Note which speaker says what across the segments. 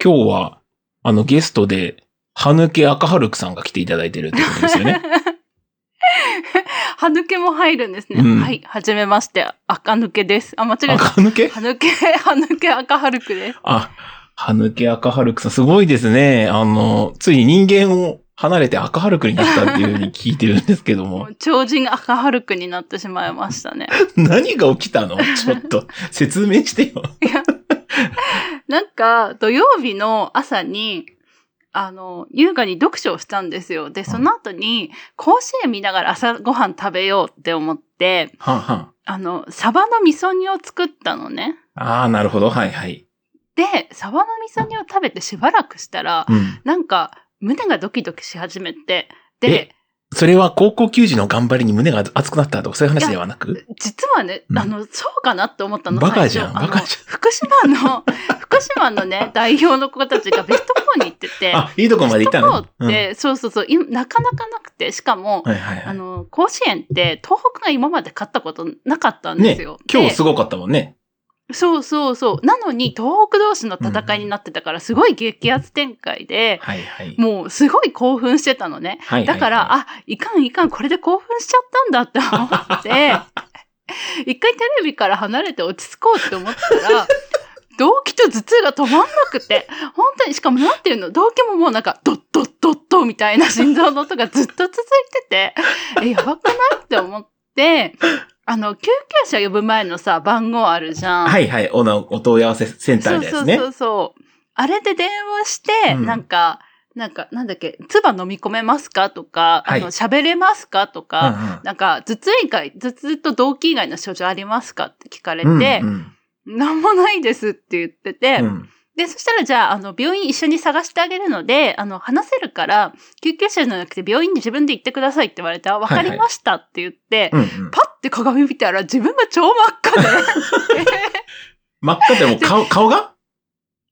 Speaker 1: 今日は、あの、ゲストで、はぬけ赤はるくさんが来ていただいてるってことですよ ね。
Speaker 2: 歯抜けも入るんですね。
Speaker 1: うん
Speaker 2: はい。はじめまして。赤抜けです。あ、間違えた。
Speaker 1: 赤抜け
Speaker 2: 歯抜け、 歯抜け赤はるくです。
Speaker 1: あ、はぬけ赤はるくさん、すごいですね。あの、ついに人間を離れて赤はるくになったっていうふうに聞いてるんですけど
Speaker 2: も
Speaker 1: も
Speaker 2: う。超人赤はるくになってしまいましたね。
Speaker 1: 何が起きたのちょっと、説明してよ。
Speaker 2: なんか、土曜日の朝に、あの、優雅に読書をしたんですよ。で、その後に、甲子園見ながら朝ごはん食べようって思って、
Speaker 1: はんはん。
Speaker 2: あの、サバの味噌煮を作ったのね。
Speaker 1: ああ、なるほど。はいはい。
Speaker 2: で、サバの味噌煮を食べてしばらくしたら、
Speaker 1: うん。
Speaker 2: なんか、胸がドキドキし始めて、で、
Speaker 1: それは高校球児の頑張りに胸が熱くなったとか、そういう話ではなく
Speaker 2: 実はね、
Speaker 1: うん
Speaker 2: あの、そうかなって思ったの。
Speaker 1: バカ
Speaker 2: 最初
Speaker 1: じゃん
Speaker 2: あの
Speaker 1: バカじゃん
Speaker 2: 福島の、 福島のね、代表の子たちがベスト4に行ってて、
Speaker 1: あ、いいとこまで行ったの
Speaker 2: 首都高って、そうそうそう、今なかなかなくて、しかも、
Speaker 1: うんはいはいは
Speaker 2: あ
Speaker 1: い。
Speaker 2: の、甲子園って東北が今まで勝ったことなかったんで
Speaker 1: ね
Speaker 2: すよ。、
Speaker 1: 今日
Speaker 2: です
Speaker 1: ごかったもんね。
Speaker 2: そうそうそう。なのに、東北同士の戦いになってたから、すごい激アツ展開で、
Speaker 1: はいはい。
Speaker 2: もうすごい興奮してたのね。
Speaker 1: はいはいはい
Speaker 2: だから、、あ、いかんいかん、これで興奮しちゃったんだって思って、 一回テレビから離れて落ち着こうって思ったら、 動悸と頭痛が止まんなくて、本当に、しかもなんていうの、動悸ももうなんか、ドッドッドッドみ たいな心臓の音がずっと続いてて、え、やばくないって思って、あの、救急車呼ぶ前のさ、番号あるじゃん。
Speaker 1: はいはい。おの、お問い合わせセンターですね。
Speaker 2: そうそうそうそう。あれで電話して、
Speaker 1: うん
Speaker 2: なんか、なんか、なんだっけ、唾飲み込めますかとか、
Speaker 1: はい
Speaker 2: あの、喋れますかと
Speaker 1: うん
Speaker 2: か、なんか、頭痛以外、頭痛と動悸以外の症状ありますかって聞かれて、
Speaker 1: うんうん
Speaker 2: なんもないですって言ってて、
Speaker 1: うん
Speaker 2: で、そしたらじゃあ、あの、病院一緒に探してあげるので、あの、話せるから、救急車じゃなくて病院に自分で行ってくださいって言われて、あわかりましたって言って、
Speaker 1: うんうん
Speaker 2: パッて鏡見たら自分が超真っ赤で、
Speaker 1: 真っ赤でもう 顔、顔が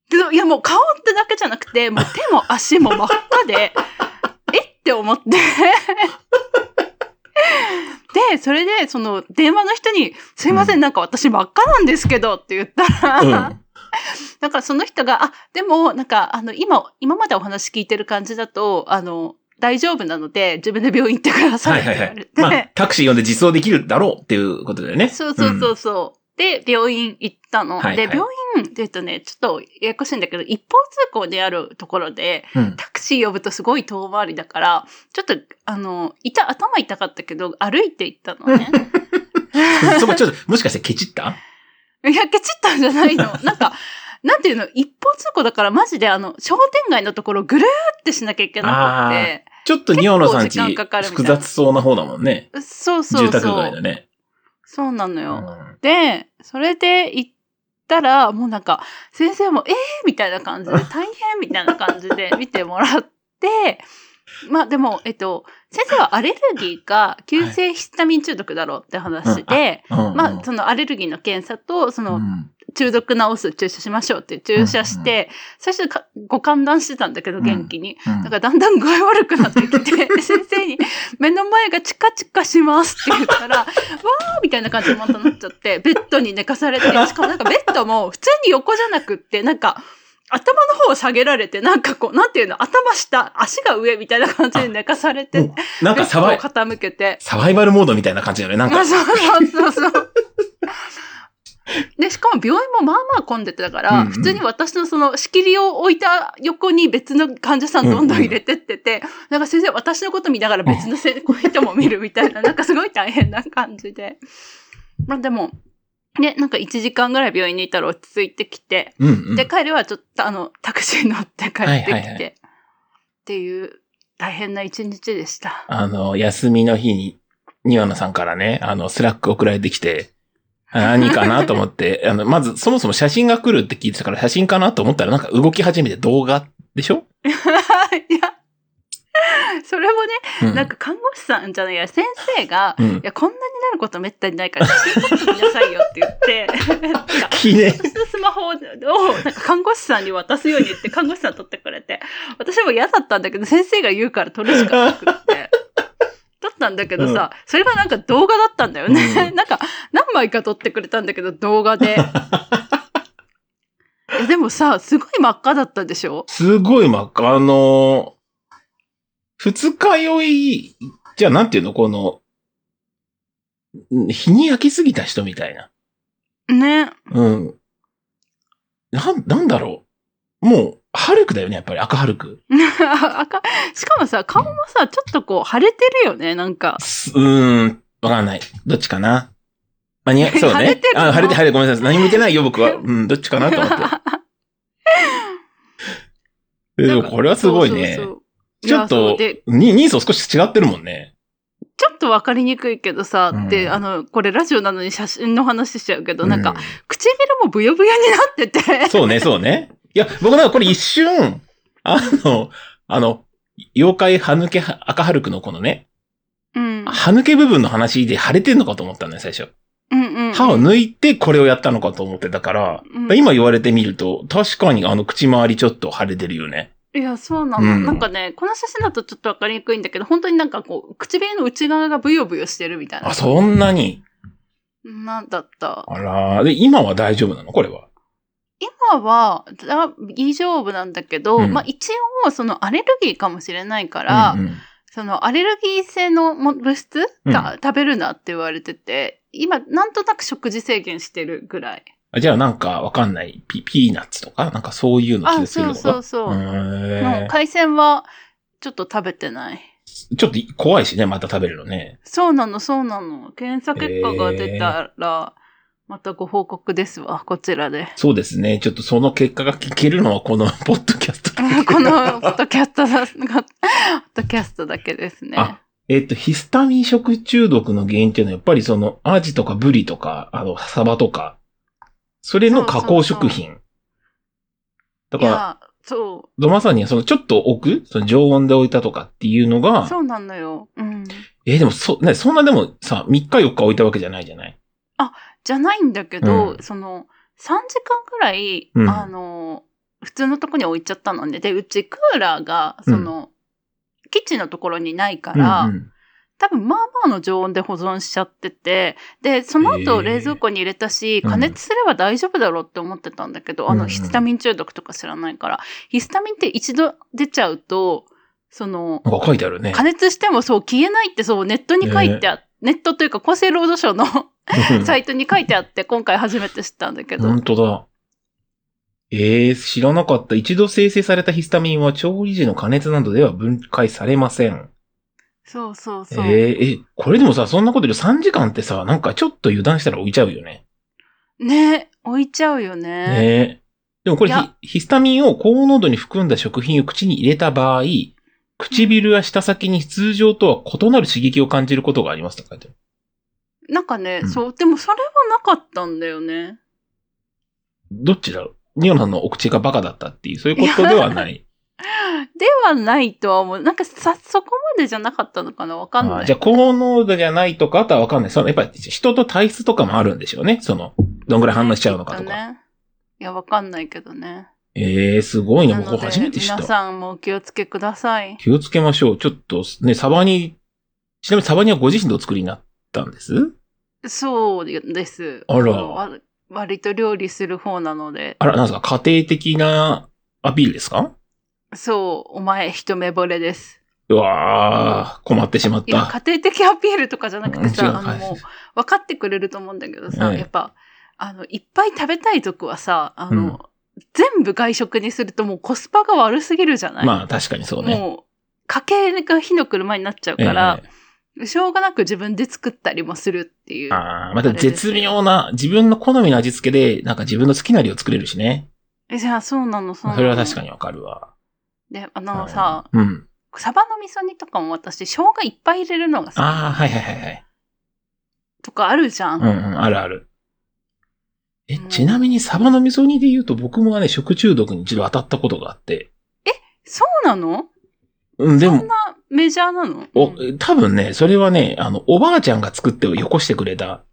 Speaker 2: けど、いやもう顔ってだけじゃなくて、もう手も足も真っ赤で、 えって思って。 で、それで、その、電話の人に、すいませ
Speaker 1: うん
Speaker 2: ん、なんか私真っ赤なんですけど、って言ったら、
Speaker 1: うん。
Speaker 2: なんかその人が、あ、でも、なんか、あの、今、今までお話聞いてる感じだと、あの、大丈夫なので、自分で病院行ってくださ
Speaker 1: はいい
Speaker 2: っ
Speaker 1: はい
Speaker 2: て言
Speaker 1: は
Speaker 2: われ
Speaker 1: い
Speaker 2: て。。
Speaker 1: まあ、タクシー呼んで実装できるだろうっていうことだよね。
Speaker 2: そうそうそううそう。で、病院行ったの。
Speaker 1: はいはい
Speaker 2: で、病院、えっとね、ちょっとややこしいんだけど、一方通行であるところで、
Speaker 1: ん。うん
Speaker 2: タクシー呼ぶとすごい遠回りだから、ちょっと、あの、いた、頭痛かったけど、歩いて行ったのね。
Speaker 1: そこちょっと、もしかしてケチった
Speaker 2: いや、ケチったんじゃないの。なんか、なんていうの、一方通行だからマジで、あの、商店街のところぐるーってしなきゃいけなく
Speaker 1: ちょっと仁王の産地
Speaker 2: 結構時間かかるみた
Speaker 1: 複
Speaker 2: いな
Speaker 1: 雑そうな方だもんね。
Speaker 2: て。そうそう
Speaker 1: 住宅
Speaker 2: そ
Speaker 1: 街だ
Speaker 2: う。
Speaker 1: ね。
Speaker 2: そうなの
Speaker 1: う
Speaker 2: よ。
Speaker 1: ん
Speaker 2: で、それで行ったら、もうなんか、先生も、えーみたいな感じ で、大変みたいな感じで見てもらって、まあでも、えっと、先生はアレルギーか急性ヒスタミン中毒だろうって話で、
Speaker 1: うん
Speaker 2: まあ、そのアレルギーの検査と、その
Speaker 1: ん
Speaker 2: 中毒治す注射しましょうって注射して、最初かご勘断してたんだけど、
Speaker 1: うん
Speaker 2: 元気に。
Speaker 1: うん
Speaker 2: だからだんだん具合悪くなってきて、先生に、目の前がチカチカしますって言ったら、わーみたいな感じにまたなっちゃって、ベッドに寝かされて、しかもなんかベッドも普通に横じゃなくって、なんか、頭の方を下げられて、なんかこう、なんていうの、頭下、足が上みたいな感じで寝かされて、ベ
Speaker 1: おなんか
Speaker 2: ッ
Speaker 1: サ
Speaker 2: ドを
Speaker 1: バイ、
Speaker 2: 傾けて、
Speaker 1: サバイバルモードみたいな感じだよね。なん
Speaker 2: あ
Speaker 1: か、
Speaker 2: そうそうそうそう。で、しかも病院もまあまあ混んでてだから、
Speaker 1: うんうん
Speaker 2: 普通に私のその仕切りを置いた横に別の患者さんどんどん入れてってて、なんか先生私のこと見ながら別のせこういう人も見るみたい な、なんかすごい大変な感じで。まあでも、ね、なんか1時間ぐらい病院にいたら落ち着いてきて、
Speaker 1: うんうん。
Speaker 2: で、帰りはちょっとあの、タクシー乗って帰ってきて、
Speaker 1: はいはいはい
Speaker 2: っていう大変な一日でした。
Speaker 1: あの、休みの日に、ニワナさんからね、あの、スラック送られてきて、あ何かなと思って、 あの、まず、そもそも写真が来るって聞いてたから、写真かなと思ったら、なんか動き始めて動画でしょ、
Speaker 2: いや、それもね、
Speaker 1: うん、
Speaker 2: なんか看護師さんじゃないや先生が
Speaker 1: う
Speaker 2: 「
Speaker 1: ん
Speaker 2: い。やこんなになることめったにないから写真撮ってみなさいよ」って言ってなんか
Speaker 1: 記念。
Speaker 2: 私のスマホをなんか看護師さんに渡すように言って看護師さん撮ってくれて私も嫌だったんだけど先生が言うから撮るしかなくって。撮ったんだけどさ、それがなんか動画だったんだよ ね。
Speaker 1: うん
Speaker 2: なんか何枚か撮ってくれたんだけど動画で。いやでもさ、すごい真っ赤だったでしょ
Speaker 1: すごい真っ赤。あのー、二日酔い、じゃあなんていうのこの、ん日に焼きすぎた人みたいな。
Speaker 2: ね。
Speaker 1: うん。なん、なんだろう。もう、ハルクだよね、やっぱり。赤ハルク。
Speaker 2: 赤しかもさ、顔もさ、ちょっとこう腫れてるよね、なんか。
Speaker 1: すうーん、わかんない。どっちかな。まあ、にそう
Speaker 2: 晴れ
Speaker 1: ね
Speaker 2: て。るの
Speaker 1: あ、晴れて、晴れて、ごめんなさい。何も言ってないよ、 僕は。うん、どっちかなと思って。えでも、これはすごいね。
Speaker 2: そうそうそう
Speaker 1: ちょっ
Speaker 2: いやそ
Speaker 1: と
Speaker 2: うで、
Speaker 1: に、人相少し違ってるもんね。
Speaker 2: ちょっとわかりにくいけどさ、
Speaker 1: うん
Speaker 2: って、あの、これラジオなのに写真の話しちゃうけど、なんか、
Speaker 1: う
Speaker 2: 唇もブヨブヨになってて。
Speaker 1: んそうね、そうね。いや、僕なんかこれ一瞬、あの、あの、妖怪歯抜け赤ハルクのこのね、
Speaker 2: うん。
Speaker 1: 歯抜け部分の話で腫れてんのかと思ったんだよ、最初。
Speaker 2: うんうん。
Speaker 1: 歯を抜いてこれをやったのかと思ってたから、
Speaker 2: うん
Speaker 1: 今言われてみると、確かにあの口周りちょっと腫れてるよね。
Speaker 2: いや、そうなの、
Speaker 1: うん
Speaker 2: なんかね、この写真だとちょっとわかりにくいんだけど、本当になんかこう、唇の内側がブヨブヨしてるみたいな
Speaker 1: あ、。そんなに。
Speaker 2: なんだった。
Speaker 1: あらーで、今は大丈夫なのこれは。
Speaker 2: 今は、だ大丈夫なんだけど、
Speaker 1: うん
Speaker 2: まあ一応、そのアレルギーかもしれないから、
Speaker 1: うんうん
Speaker 2: そのアレルギー性のも物質が、
Speaker 1: う
Speaker 2: 食べるなって言われてて、今、なんとなく食事制限してるぐらい。
Speaker 1: あじゃあなんかわかんない、ピピーナッツとか、なんかそういうの気
Speaker 2: あ、
Speaker 1: がする
Speaker 2: そ
Speaker 1: の
Speaker 2: うそう
Speaker 1: か。
Speaker 2: そう。
Speaker 1: へー
Speaker 2: の海鮮は、ちょっと食べてない。
Speaker 1: ちょっと怖いしね、また食べるのね。。
Speaker 2: そうなの、そうなの。検査結果が出たら、またご報告ですわ、こちらで
Speaker 1: そうですね。ちょっとその結果が聞けるのはこの ポッドキャスト。
Speaker 2: このポッドキャストだ、 ポッドキャストだけですね。
Speaker 1: あえっと、ヒスタミン食中毒の原因っていうのはやっぱりそのアジとかブリとか、あの、サバとか、それの加工食品。だ
Speaker 2: い
Speaker 1: から、
Speaker 2: や、そ
Speaker 1: ドマさんにはそのちょっと置く、その常温で置いたとかっていうの
Speaker 2: う、
Speaker 1: が、
Speaker 2: そうなのよ。うん。
Speaker 1: えーでもそ、ね、そんなでもさ、3日4日置いたわけじゃないじゃない
Speaker 2: じゃないんだけど、
Speaker 1: うん
Speaker 2: その、3時間くらい、
Speaker 1: うん
Speaker 2: あの、普通のとこに置いちゃったのね。で、うちクーラーが、その、キッチンのところにないから、
Speaker 1: うんうん
Speaker 2: 多分まあまあの常温で保存しちゃってて、で、その後
Speaker 1: へえ
Speaker 2: 冷蔵庫に入れたし、
Speaker 1: うん
Speaker 2: 加熱すれば大丈夫だろうって思ってたんだけど、
Speaker 1: う
Speaker 2: あ
Speaker 1: んう
Speaker 2: の、
Speaker 1: ん
Speaker 2: ヒスタミン中毒とか知らないから、ヒスタミンって一度出ちゃうと、その、
Speaker 1: なんか書いてあるね。
Speaker 2: 加熱してもそう消えないってそうネットに書いてあネットというか厚生労働省のサイトに書いてあって、今回初めて知ったんだけど、
Speaker 1: 本当だ。ええ知らなかった。一度生成されたヒスタミンは調理時の加熱などでは分解されません。
Speaker 2: そうそう
Speaker 1: え
Speaker 2: そう。
Speaker 1: ーえ、これでもさ、そんなことで3時間ってさ、なんかちょっと油断したら置いちゃうよね。
Speaker 2: ね置いちゃうよね。
Speaker 1: ねえ。でもこれ
Speaker 2: いや
Speaker 1: ヒ、ヒスタミンを高濃度に含んだ食品を口に入れた場合、唇や舌先に通常とは異なる刺激を感じることがありますと書いてある。
Speaker 2: なんかね、
Speaker 1: うん
Speaker 2: そう、でもそれはなかったんだよね。
Speaker 1: どっちだろうニオナのお口がバカだったっていう、そういうことではない。
Speaker 2: ではないとは思う。なんかさ、そこまでじゃなかったのかなわかん
Speaker 1: あ
Speaker 2: な
Speaker 1: ー
Speaker 2: い。
Speaker 1: じゃあ、高濃度じゃないとか、あとはわかんない。その、やっぱり人と体質とかもあるんでしょうね。その、どんぐらい反応しちゃうのかと
Speaker 2: きっ
Speaker 1: か。
Speaker 2: ね、いや、わかんないけどね。
Speaker 1: ええー、すごいね。
Speaker 2: な
Speaker 1: 僕
Speaker 2: ので、
Speaker 1: 初めて知っ
Speaker 2: 皆
Speaker 1: た。
Speaker 2: さんもお気をつけください。
Speaker 1: 気をつけましょう。ちょっと、ね、サバに、ちなみにサバにはご自身でお作りになったんです
Speaker 2: そうです。
Speaker 1: あら
Speaker 2: のわ割と料理する方なので、
Speaker 1: あら、なんですか家庭的なアピールですか
Speaker 2: そう、お前一目惚れです。
Speaker 1: うわー、困ってしまっ
Speaker 2: いや、
Speaker 1: た。
Speaker 2: 家庭的アピールとかじゃなくて
Speaker 1: うん違う
Speaker 2: さ、あの、
Speaker 1: はい
Speaker 2: もう、分かってくれると思うんだけどさ、
Speaker 1: ええ
Speaker 2: やっぱ、あの、いっぱい食べたい族はさ、あの、全部外食にするともうコスパが悪すぎるじゃない
Speaker 1: まあ、確かにそうね。
Speaker 2: もう、家計が火の車になっちゃうから、
Speaker 1: え
Speaker 2: しょうがなく自分で作ったりもするって
Speaker 1: ー
Speaker 2: いう。
Speaker 1: あーまた絶妙な、自分の好みの味付けで、なんか自分の好きな料理を作れるしね。
Speaker 2: えじゃあ、そうなの、そうなの。
Speaker 1: それは確かにわかるわ。
Speaker 2: で、あのさ、
Speaker 1: うん。
Speaker 2: サバの味噌煮とかも私、生姜いっぱい入れるのがさ、
Speaker 1: ああ、はいはいはいはい。
Speaker 2: とかあるじゃん。
Speaker 1: うんうん、あるある。え、
Speaker 2: うん
Speaker 1: ちなみにサバの味噌煮で言うと僕もね、食中毒に一度当たったことがあって。
Speaker 2: そうなの
Speaker 1: うん、で
Speaker 2: そ
Speaker 1: も
Speaker 2: ん、なメジャーなの
Speaker 1: お
Speaker 2: うん、
Speaker 1: 多分ね、それはね、あの、おばあちゃんが作ってよこしてくれた、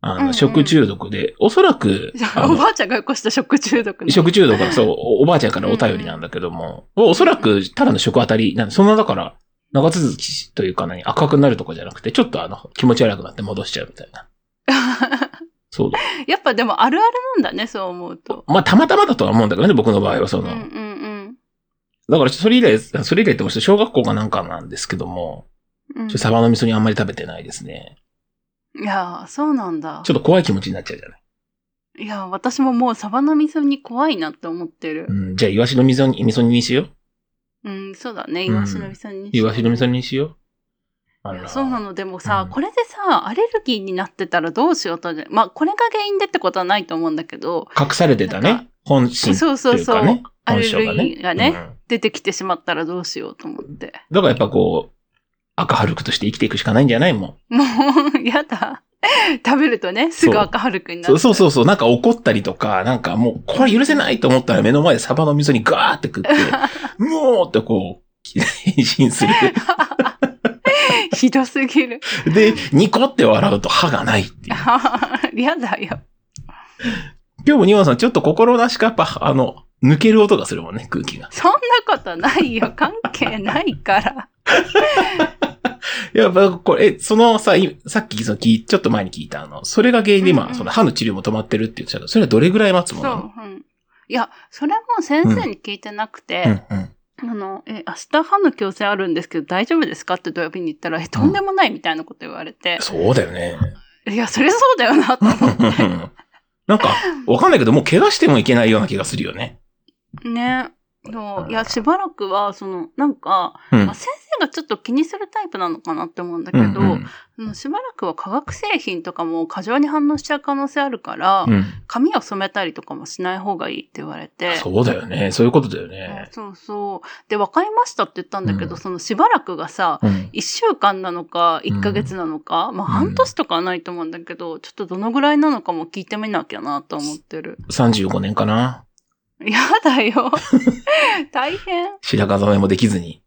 Speaker 1: あ
Speaker 2: うんう
Speaker 1: の、
Speaker 2: ん
Speaker 1: 食中毒で、おそらく、あ
Speaker 2: お
Speaker 1: の
Speaker 2: ばあちゃんが起こした食中毒の。
Speaker 1: 食中毒はそう、おおばあちゃんからお便りなんだけども、おおそらく、ただの食当たり、なんでそんなだから、長続き というか何、赤くなるとかじゃなくて、ちょっとあの、気持ち悪くなって戻しちゃうみたいな。そうだ。
Speaker 2: やっぱでもあるあるなんだね、そう思うと。
Speaker 1: まあ、たまたまだとは思うんだけどね、僕の場合は、そ
Speaker 2: うん
Speaker 1: の。
Speaker 2: うんうん
Speaker 1: だから、それ以来、それ以来っても小学校かなんかなんですけども、
Speaker 2: うん。
Speaker 1: ちょっとサバの味噌煮あんまり食べてないですね。
Speaker 2: いやー、そうなんだ
Speaker 1: ち。ょっと怖い気持ちになっちゃうじゃない。
Speaker 2: いやー、私ももうサバの味噌煮怖いなって思ってる。
Speaker 1: うん、じゃあ、イワシの味噌煮、味噌煮にしよう。
Speaker 2: うん、そうだね。イワシの味噌煮。
Speaker 1: イワシの味噌煮にしよう。あ
Speaker 2: いやそうな
Speaker 1: の。
Speaker 2: の。でもさ、
Speaker 1: うん
Speaker 2: これでさ、アレルギーになってたらどうしようとね。まあ、これが原因でってことはないと思うんだけど、
Speaker 1: 隠されてた
Speaker 2: なん
Speaker 1: ね。本心
Speaker 2: そう
Speaker 1: と
Speaker 2: そう
Speaker 1: いう
Speaker 2: そ
Speaker 1: か
Speaker 2: う
Speaker 1: ね。。
Speaker 2: アレ
Speaker 1: 本
Speaker 2: ルギ
Speaker 1: 性がね。
Speaker 2: ーがね、
Speaker 1: うん
Speaker 2: 出てきてしまったらどうしようと思って。
Speaker 1: だからやっぱこう、赤はるくとして生きていくしかないんじゃないも
Speaker 2: もう、やだ。 食べるとね、すぐ赤はるくに
Speaker 1: ん。
Speaker 2: なる。
Speaker 1: そうそうそうそう、なんか怒ったりとか、なんかもう、これ許せないと思ったら目の前でサバの味噌にガーって 食って、もうってこう、変身 する。
Speaker 2: ひどすぎる。
Speaker 1: で、ニコって笑うと歯がないってい う。
Speaker 2: やだよ。
Speaker 1: 今日もニワさん、ちょっと心なしかやっぱ、あの、抜ける音がするもんね、空気が。
Speaker 2: そんなことないよ。関係ないから。
Speaker 1: やっぱこれ、えそのさ、いさっきその聞いちょっと前に聞いたあの、それが原因で今、
Speaker 2: うんうん
Speaker 1: その歯の治療も止まってるって言ってたけど、それはどれぐらい待つも
Speaker 2: そ
Speaker 1: の
Speaker 2: う。うん。いや、それも先生に聞いてなくて、
Speaker 1: うんうん。
Speaker 2: あの、え、明日歯の矯正あるんですけど大丈夫ですかって土曜日に言ったら、え、とんでもないみたいなこと言われ て、
Speaker 1: そうだよね。
Speaker 2: いや、それそうだよなと思っ
Speaker 1: なんか、わかんないけど、もう怪我してもいけないような気がするよね。
Speaker 2: て。ね。そういや、しばらくは、その、なんか、
Speaker 1: うん
Speaker 2: まあ、。先生がちょっと気にするタイプなのかなって思うんだけ
Speaker 1: う
Speaker 2: ど、
Speaker 1: んうん
Speaker 2: そのしばらくは化学製品とかも過剰に反応しちゃう可能性あるから、
Speaker 1: うん
Speaker 2: 髪を染めたりとかもしない方がいいって言われて。
Speaker 1: そうだよね。そういうことだよ
Speaker 2: あ
Speaker 1: ね。
Speaker 2: そうそう。で、わかりましたって言ったんだけど、
Speaker 1: うん
Speaker 2: そのしばらくがさ、
Speaker 1: うん。
Speaker 2: 1週間なのか1ヶ月なのか、まあ半年とかはないと思うんだけど、ちょっとどのぐらいなのかも聞いてみなきゃなと思っ てる。
Speaker 1: 35年かな。
Speaker 2: やだよ。 大変。
Speaker 1: 白髪染めもできずに。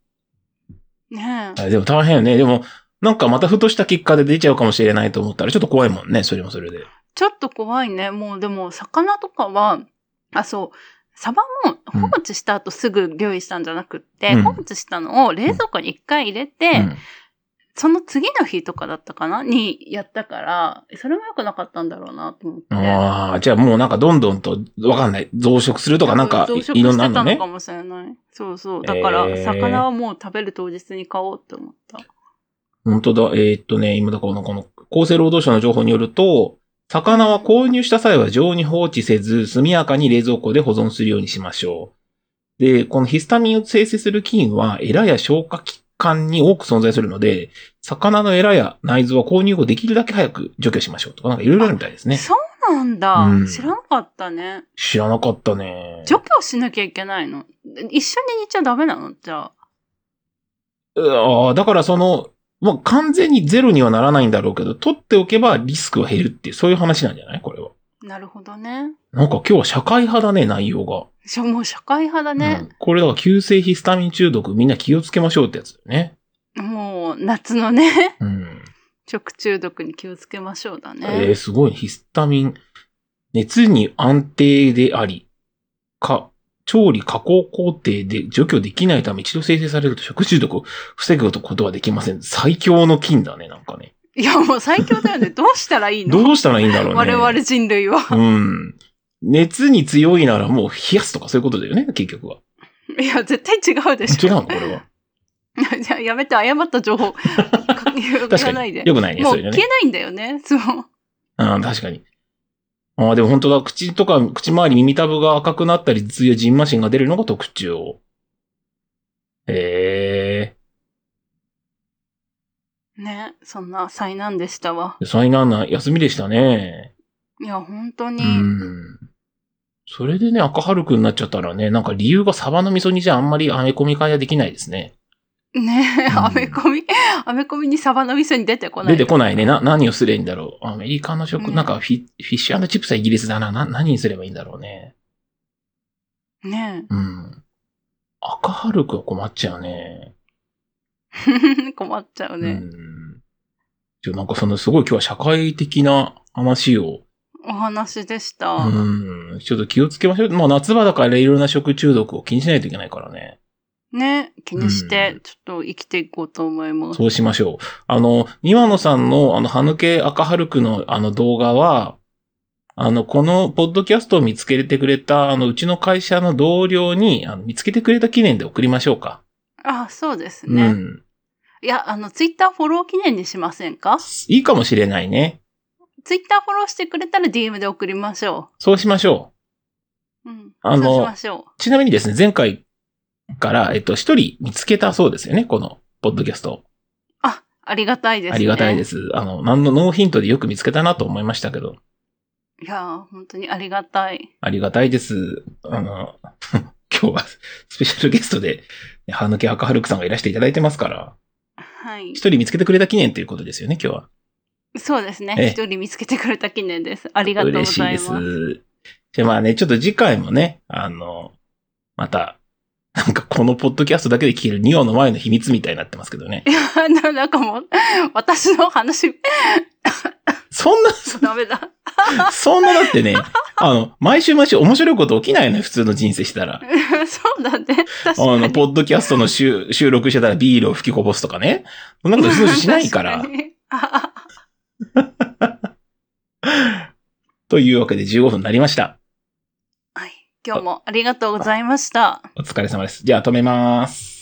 Speaker 2: ねえ。
Speaker 1: あでも大変よね。でも、なんかまたふとした結果で出ちゃうかもしれないと思ったら、ちょっと怖いもんね。それもそれで。
Speaker 2: ちょっと怖いね。もうでも魚とかは、あ、そう。サバも放置した後すぐ料理したんじゃなくって、
Speaker 1: うん
Speaker 2: 放置したのを冷蔵庫に一回入れて、
Speaker 1: うん
Speaker 2: その次の日とかだったかなにやったから、それも良くなかったんだろうなと思って。
Speaker 1: ああ、じゃあもうなんかどんどんと、わかんない。増殖するとかなんか
Speaker 2: 増殖、
Speaker 1: いろん
Speaker 2: し
Speaker 1: なあ
Speaker 2: て
Speaker 1: んの
Speaker 2: た
Speaker 1: ね
Speaker 2: のか。もしれない。そうそう。だから、
Speaker 1: えー
Speaker 2: 魚はもう食べる当日に買おうって思った。
Speaker 1: 本当だ。えーっとね、今だからこの、この、厚生労働省の情報によると、魚は購入した際は常温に放置せず、速やかに冷蔵庫で保存するようにしましょう。で、このヒスタミンを生成する菌は、エラや消化器官に多く存在するので、魚のエラや内臓は購入後できるだけ早く除去しましょうとか、なんかいろいろあるみたいですね。
Speaker 2: そうなんだ。
Speaker 1: うん
Speaker 2: 知らなかったね。
Speaker 1: 知らなかったね。
Speaker 2: 除去しなきゃいけないの。一緒に煮ちゃダメなのじゃあ。
Speaker 1: うああ、だからその、まあ、完全にゼロにはならないんだろうけど、取っておけばリスクは減るっていう、そういう話なんじゃないこれは。
Speaker 2: なるほどね。
Speaker 1: なんか今日は社会派だね、内容が。
Speaker 2: しょもう社会派だ
Speaker 1: う
Speaker 2: ね
Speaker 1: ん。これだから急性ヒスタミン中毒みんな気をつけましょうってやつだよね。
Speaker 2: もう夏のね、
Speaker 1: うん。
Speaker 2: 食中毒に気をつけましょうだ
Speaker 1: えー、
Speaker 2: ね。
Speaker 1: すごい。ヒスタミン。熱に安定であり、か、調理加工工程で除去できないため一度生成されると食中毒を防ぐことはできません。最強の菌だね、なんかね。
Speaker 2: いやもう最強だよね。どうしたらいいの
Speaker 1: どうしたらいいんだろうね。
Speaker 2: 我々人類は。
Speaker 1: うん。熱に強いならもう冷やすとかそういうことだよね、結局は。
Speaker 2: いや、絶対違うでし
Speaker 1: 違う
Speaker 2: ょ。
Speaker 1: の これは。
Speaker 2: じゃあやめて、誤った 情報。言
Speaker 1: 確
Speaker 2: わ
Speaker 1: か
Speaker 2: ない
Speaker 1: に
Speaker 2: で。。
Speaker 1: よくないね、
Speaker 2: もう
Speaker 1: そういう
Speaker 2: 消
Speaker 1: のね
Speaker 2: え。ないんだよね。そう。
Speaker 1: うん、確かに。ああ、でも本当だ。口とか、口周り、耳たぶが赤くなったり、頭痛やジンマシンが出るのが特徴。へ
Speaker 2: ね。そんな災難でしたわ。
Speaker 1: え、災難な休みでしたね。
Speaker 2: いや、本当に。
Speaker 1: うん。それでね、赤春くんになっちゃったらね、なんか理由がサバの味噌煮じゃあんまりアメコミ会はできないですね。
Speaker 2: ね
Speaker 1: うん
Speaker 2: アメコミ、アメコミにサバの店に出てこない。
Speaker 1: 出てこないね。な、何をすればいいんだろう。アメリカの食、
Speaker 2: うん
Speaker 1: なんかフィフィッシュチップスはイギリスだな。な、何にすればいいんだろうね。
Speaker 2: ね
Speaker 1: うん。赤春くんは困っちゃうね。
Speaker 2: え困っちゃ
Speaker 1: う
Speaker 2: うね。
Speaker 1: ん。じゃあなんかそのすごい今日は社会的な話を、
Speaker 2: お話でした。
Speaker 1: うん、ちょっと気をつけましょう。まあ夏場だからいろいろな食中毒を気にしないといけないからね。
Speaker 2: ね、気にし
Speaker 1: う
Speaker 2: て、ちょっと生きていこうと思います。
Speaker 1: そうしましょう。あの、庭野さんのあの、歯抜け赤春くのあの動画は、あの、このポッドキャストを見つけてくれた、あの、うちの会社の同僚に、あの見つけてくれた記念で送りましょうか。
Speaker 2: あ、そうですね。
Speaker 1: うん。
Speaker 2: いや、あの、ツイッターフォロー記念にしませんか
Speaker 1: いいかもしれないね。
Speaker 2: ツイッターフォローしてくれたら DM で送りましょ
Speaker 1: そうしましょ
Speaker 2: う。うん。
Speaker 1: あの
Speaker 2: そうしましょ
Speaker 1: う。ちなみにですね、前回から、えっと、一人見つけたそうですよね、この、ポッドキャストを。
Speaker 2: う。あ、ありがたいですね。。
Speaker 1: ありがたいですす。あの、何のノーヒントでよく見つけたなと思いましたけど、
Speaker 2: いやー、本当にありがたい。
Speaker 1: ありがたいです。あの、 今日はスペシャルゲストで、歯抜け赤はるくさんがいらしていただいてますから、
Speaker 2: はい
Speaker 1: 一。人見つけてくれた記念ということですよね、今日は。
Speaker 2: そうですね
Speaker 1: ええ。
Speaker 2: 一人見つけてくれた記念です。ありがとうご
Speaker 1: 嬉しい
Speaker 2: ざい
Speaker 1: で
Speaker 2: ます。
Speaker 1: す。で、まあね、ちょっと次回もね、あの、また、なんかこのポッドキャストだけで聞ける2話の前の秘密みたいになってますけどね。
Speaker 2: あのなんかもう、私の話、
Speaker 1: そんな、
Speaker 2: ダメだ。
Speaker 1: そんなだってね、あの、毎週毎週面白いこと起きないのよ、普通の人生してたら。
Speaker 2: そうだね。確
Speaker 1: あ
Speaker 2: か
Speaker 1: の、
Speaker 2: に。
Speaker 1: ポッドキャストの収収録してたらビールを吹きこぼすとかね。そんなこと普通しないから
Speaker 2: 確。に。あ
Speaker 1: というわけで15分になりました。
Speaker 2: はい。今日もありがとうございました。
Speaker 1: お疲れ様です。じゃあ止めます。